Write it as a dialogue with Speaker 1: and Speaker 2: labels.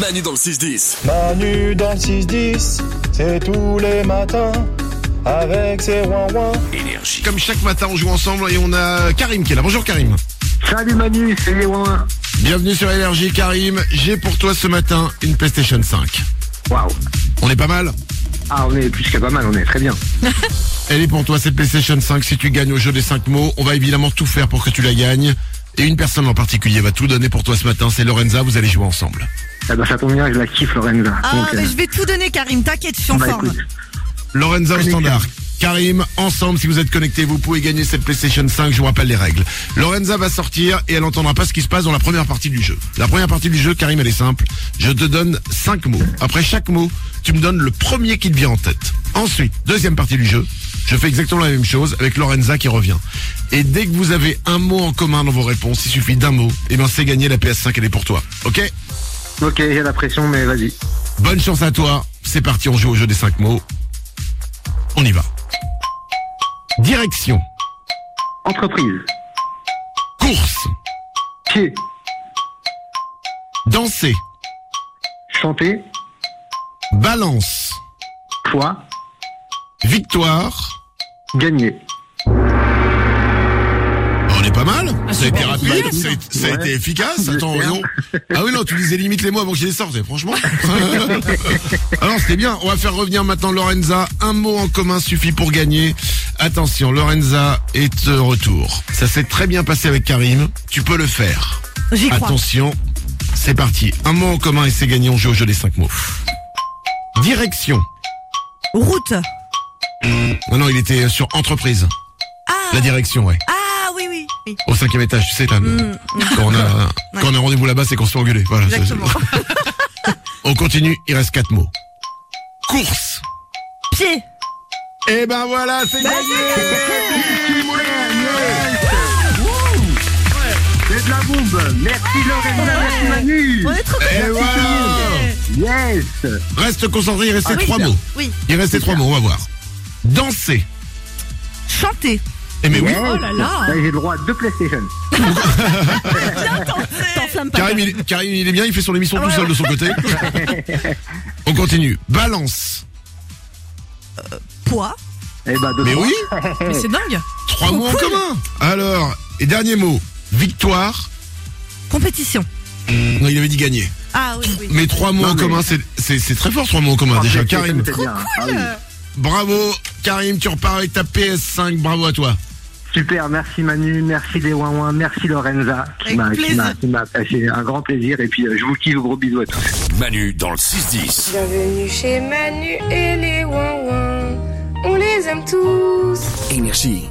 Speaker 1: Manu dans le 6-10.
Speaker 2: Manu dans le 6-10, c'est tous les matins, avec ses ouin-ouin.
Speaker 1: Énergie.
Speaker 3: Comme chaque matin, on joue ensemble et on a Karim qui est là. Bonjour Karim.
Speaker 4: Salut Manu, c'est Léoin.
Speaker 3: Bienvenue sur Énergie Karim. J'ai pour toi ce matin une PlayStation 5.
Speaker 4: Waouh.
Speaker 3: On est pas mal
Speaker 4: Ah, on est plus qu'à pas mal, on est très bien.
Speaker 3: Elle est pour toi cette PlayStation 5 si tu gagnes au jeu des 5 mots. On va évidemment tout faire pour que tu la gagnes. Et une personne en particulier va tout donner pour toi ce matin, c'est Lorenza, vous allez jouer ensemble.
Speaker 4: Eh ben, ça tombe bien, je la kiffe Lorenza.
Speaker 5: Ah,
Speaker 4: Donc, euh,
Speaker 5: mais je vais tout donner, Karim, t'inquiète, je suis en
Speaker 4: bah,
Speaker 5: forme.
Speaker 4: écoute,
Speaker 3: Lorenza au standard. Karim, ensemble, si vous êtes connectés, vous pouvez gagner cette PlayStation 5. Je vous rappelle les règles. Lorenza va sortir et elle entendra pas ce qui se passe dans la première partie du jeu. La première partie du jeu, Karim, elle est simple. Je te donne cinq mots. Après chaque mot, tu me donnes le premier qui te vient en tête. Ensuite, deuxième partie du jeu, je fais exactement la même chose avec Lorenza qui revient. Et dès que vous avez un mot en commun dans vos réponses, il suffit d'un mot, et bien c'est gagné, la PS5 elle est pour toi. Ok
Speaker 4: ok, j'ai la pression, mais vas-y.
Speaker 3: Bonne chance à toi. C'est parti, on joue au jeu des 5 mots. On y va. Direction,
Speaker 4: Entreprise,
Speaker 3: course,
Speaker 4: pied,
Speaker 3: danser,
Speaker 4: santé,
Speaker 3: balance,
Speaker 4: poids,
Speaker 3: victoire.
Speaker 4: gagner.
Speaker 3: Oh, On est pas mal. ça a été rapide,
Speaker 4: efficace.
Speaker 3: ça a, été- ça a
Speaker 4: Ouais.
Speaker 3: été efficace. Attends,
Speaker 4: J'espère.
Speaker 3: voyons. Ah oui, non, tu disais limite les mots avant que je les sorte, franchement. Alors, c'était bien. On va faire revenir maintenant Lorenza. Un mot en commun suffit pour gagner. Attention, Lorenza est de retour. Ça s'est très bien passé avec Karim. Tu peux le faire.
Speaker 5: J'y crois.
Speaker 3: Attention, c'est parti. Un mot en commun et c'est gagné. On joue au jeu des cinq mots. Direction.
Speaker 5: Route.
Speaker 3: Non, non, il était euh, sur entreprise.
Speaker 5: Ah,
Speaker 3: La direction, ouais.
Speaker 5: ah oui, oui. oui.
Speaker 3: Au cinquième étage, tu sais, là. le-
Speaker 5: Mm.
Speaker 3: Quand on a, quand on a rendez-vous là-bas, c'est qu'on se fait engueuler. Voilà. ça,
Speaker 5: Exactement.
Speaker 3: c'est- On continue, il reste quatre mots. Course.
Speaker 5: Pied.
Speaker 3: Et ben voilà,
Speaker 5: Bah
Speaker 3: c'est gagné
Speaker 4: C'est de la bombe. Euh, Merci Lorenza, merci Manu.
Speaker 5: On est trop
Speaker 3: Et Eh voilà
Speaker 4: Yes.
Speaker 3: Reste concentré, il restait
Speaker 5: Ah oui,
Speaker 3: trois
Speaker 5: bien.
Speaker 3: mots.
Speaker 5: Oui.
Speaker 3: Il restait trois mots, on va voir. Danser.
Speaker 5: Chanter.
Speaker 3: Eh mais oui,
Speaker 4: Yes. Bah,
Speaker 5: Oh là là.
Speaker 4: J'ai le droit à deux PlayStation.
Speaker 5: T'enflamme pas.
Speaker 3: Karim il, Karim, il est bien, il fait son émission tout
Speaker 5: Ah Ouais,
Speaker 3: seul
Speaker 5: ouais.
Speaker 3: de son côté. On continue. Balance.
Speaker 5: Poids.
Speaker 3: Oh.
Speaker 4: Eh ben, deux
Speaker 3: Mais
Speaker 4: trois.
Speaker 3: oui,
Speaker 6: Mais c'est dingue.
Speaker 3: trois mots en commun. Alors, et dernier mot, victoire.
Speaker 5: Compétition.
Speaker 3: Non, il avait dit gagner.
Speaker 5: Ah oui, oui.
Speaker 3: Mais trois mots
Speaker 4: Mm. Non,
Speaker 3: en
Speaker 4: mais-
Speaker 3: commun, c'est- c'est c'est très fort, trois mots en commun
Speaker 4: Trois
Speaker 3: déjà.
Speaker 4: PlayStation,
Speaker 3: Karim,
Speaker 4: c'est bien. Ah oui.
Speaker 3: bravo. Karim, tu repars avec ta PS5, bravo à toi.
Speaker 4: Super, merci Manu, merci les Ouin merci Lorenza qui
Speaker 5: Avec
Speaker 4: m'a- qui m'a
Speaker 5: plaisir.
Speaker 4: qui m'a fait un grand plaisir et puis euh, je vous kiffe, gros bisous à tous.
Speaker 1: Manu dans le 6-10.
Speaker 7: Bienvenue chez Manu et les Ouin On les aime tous.
Speaker 1: Énergie.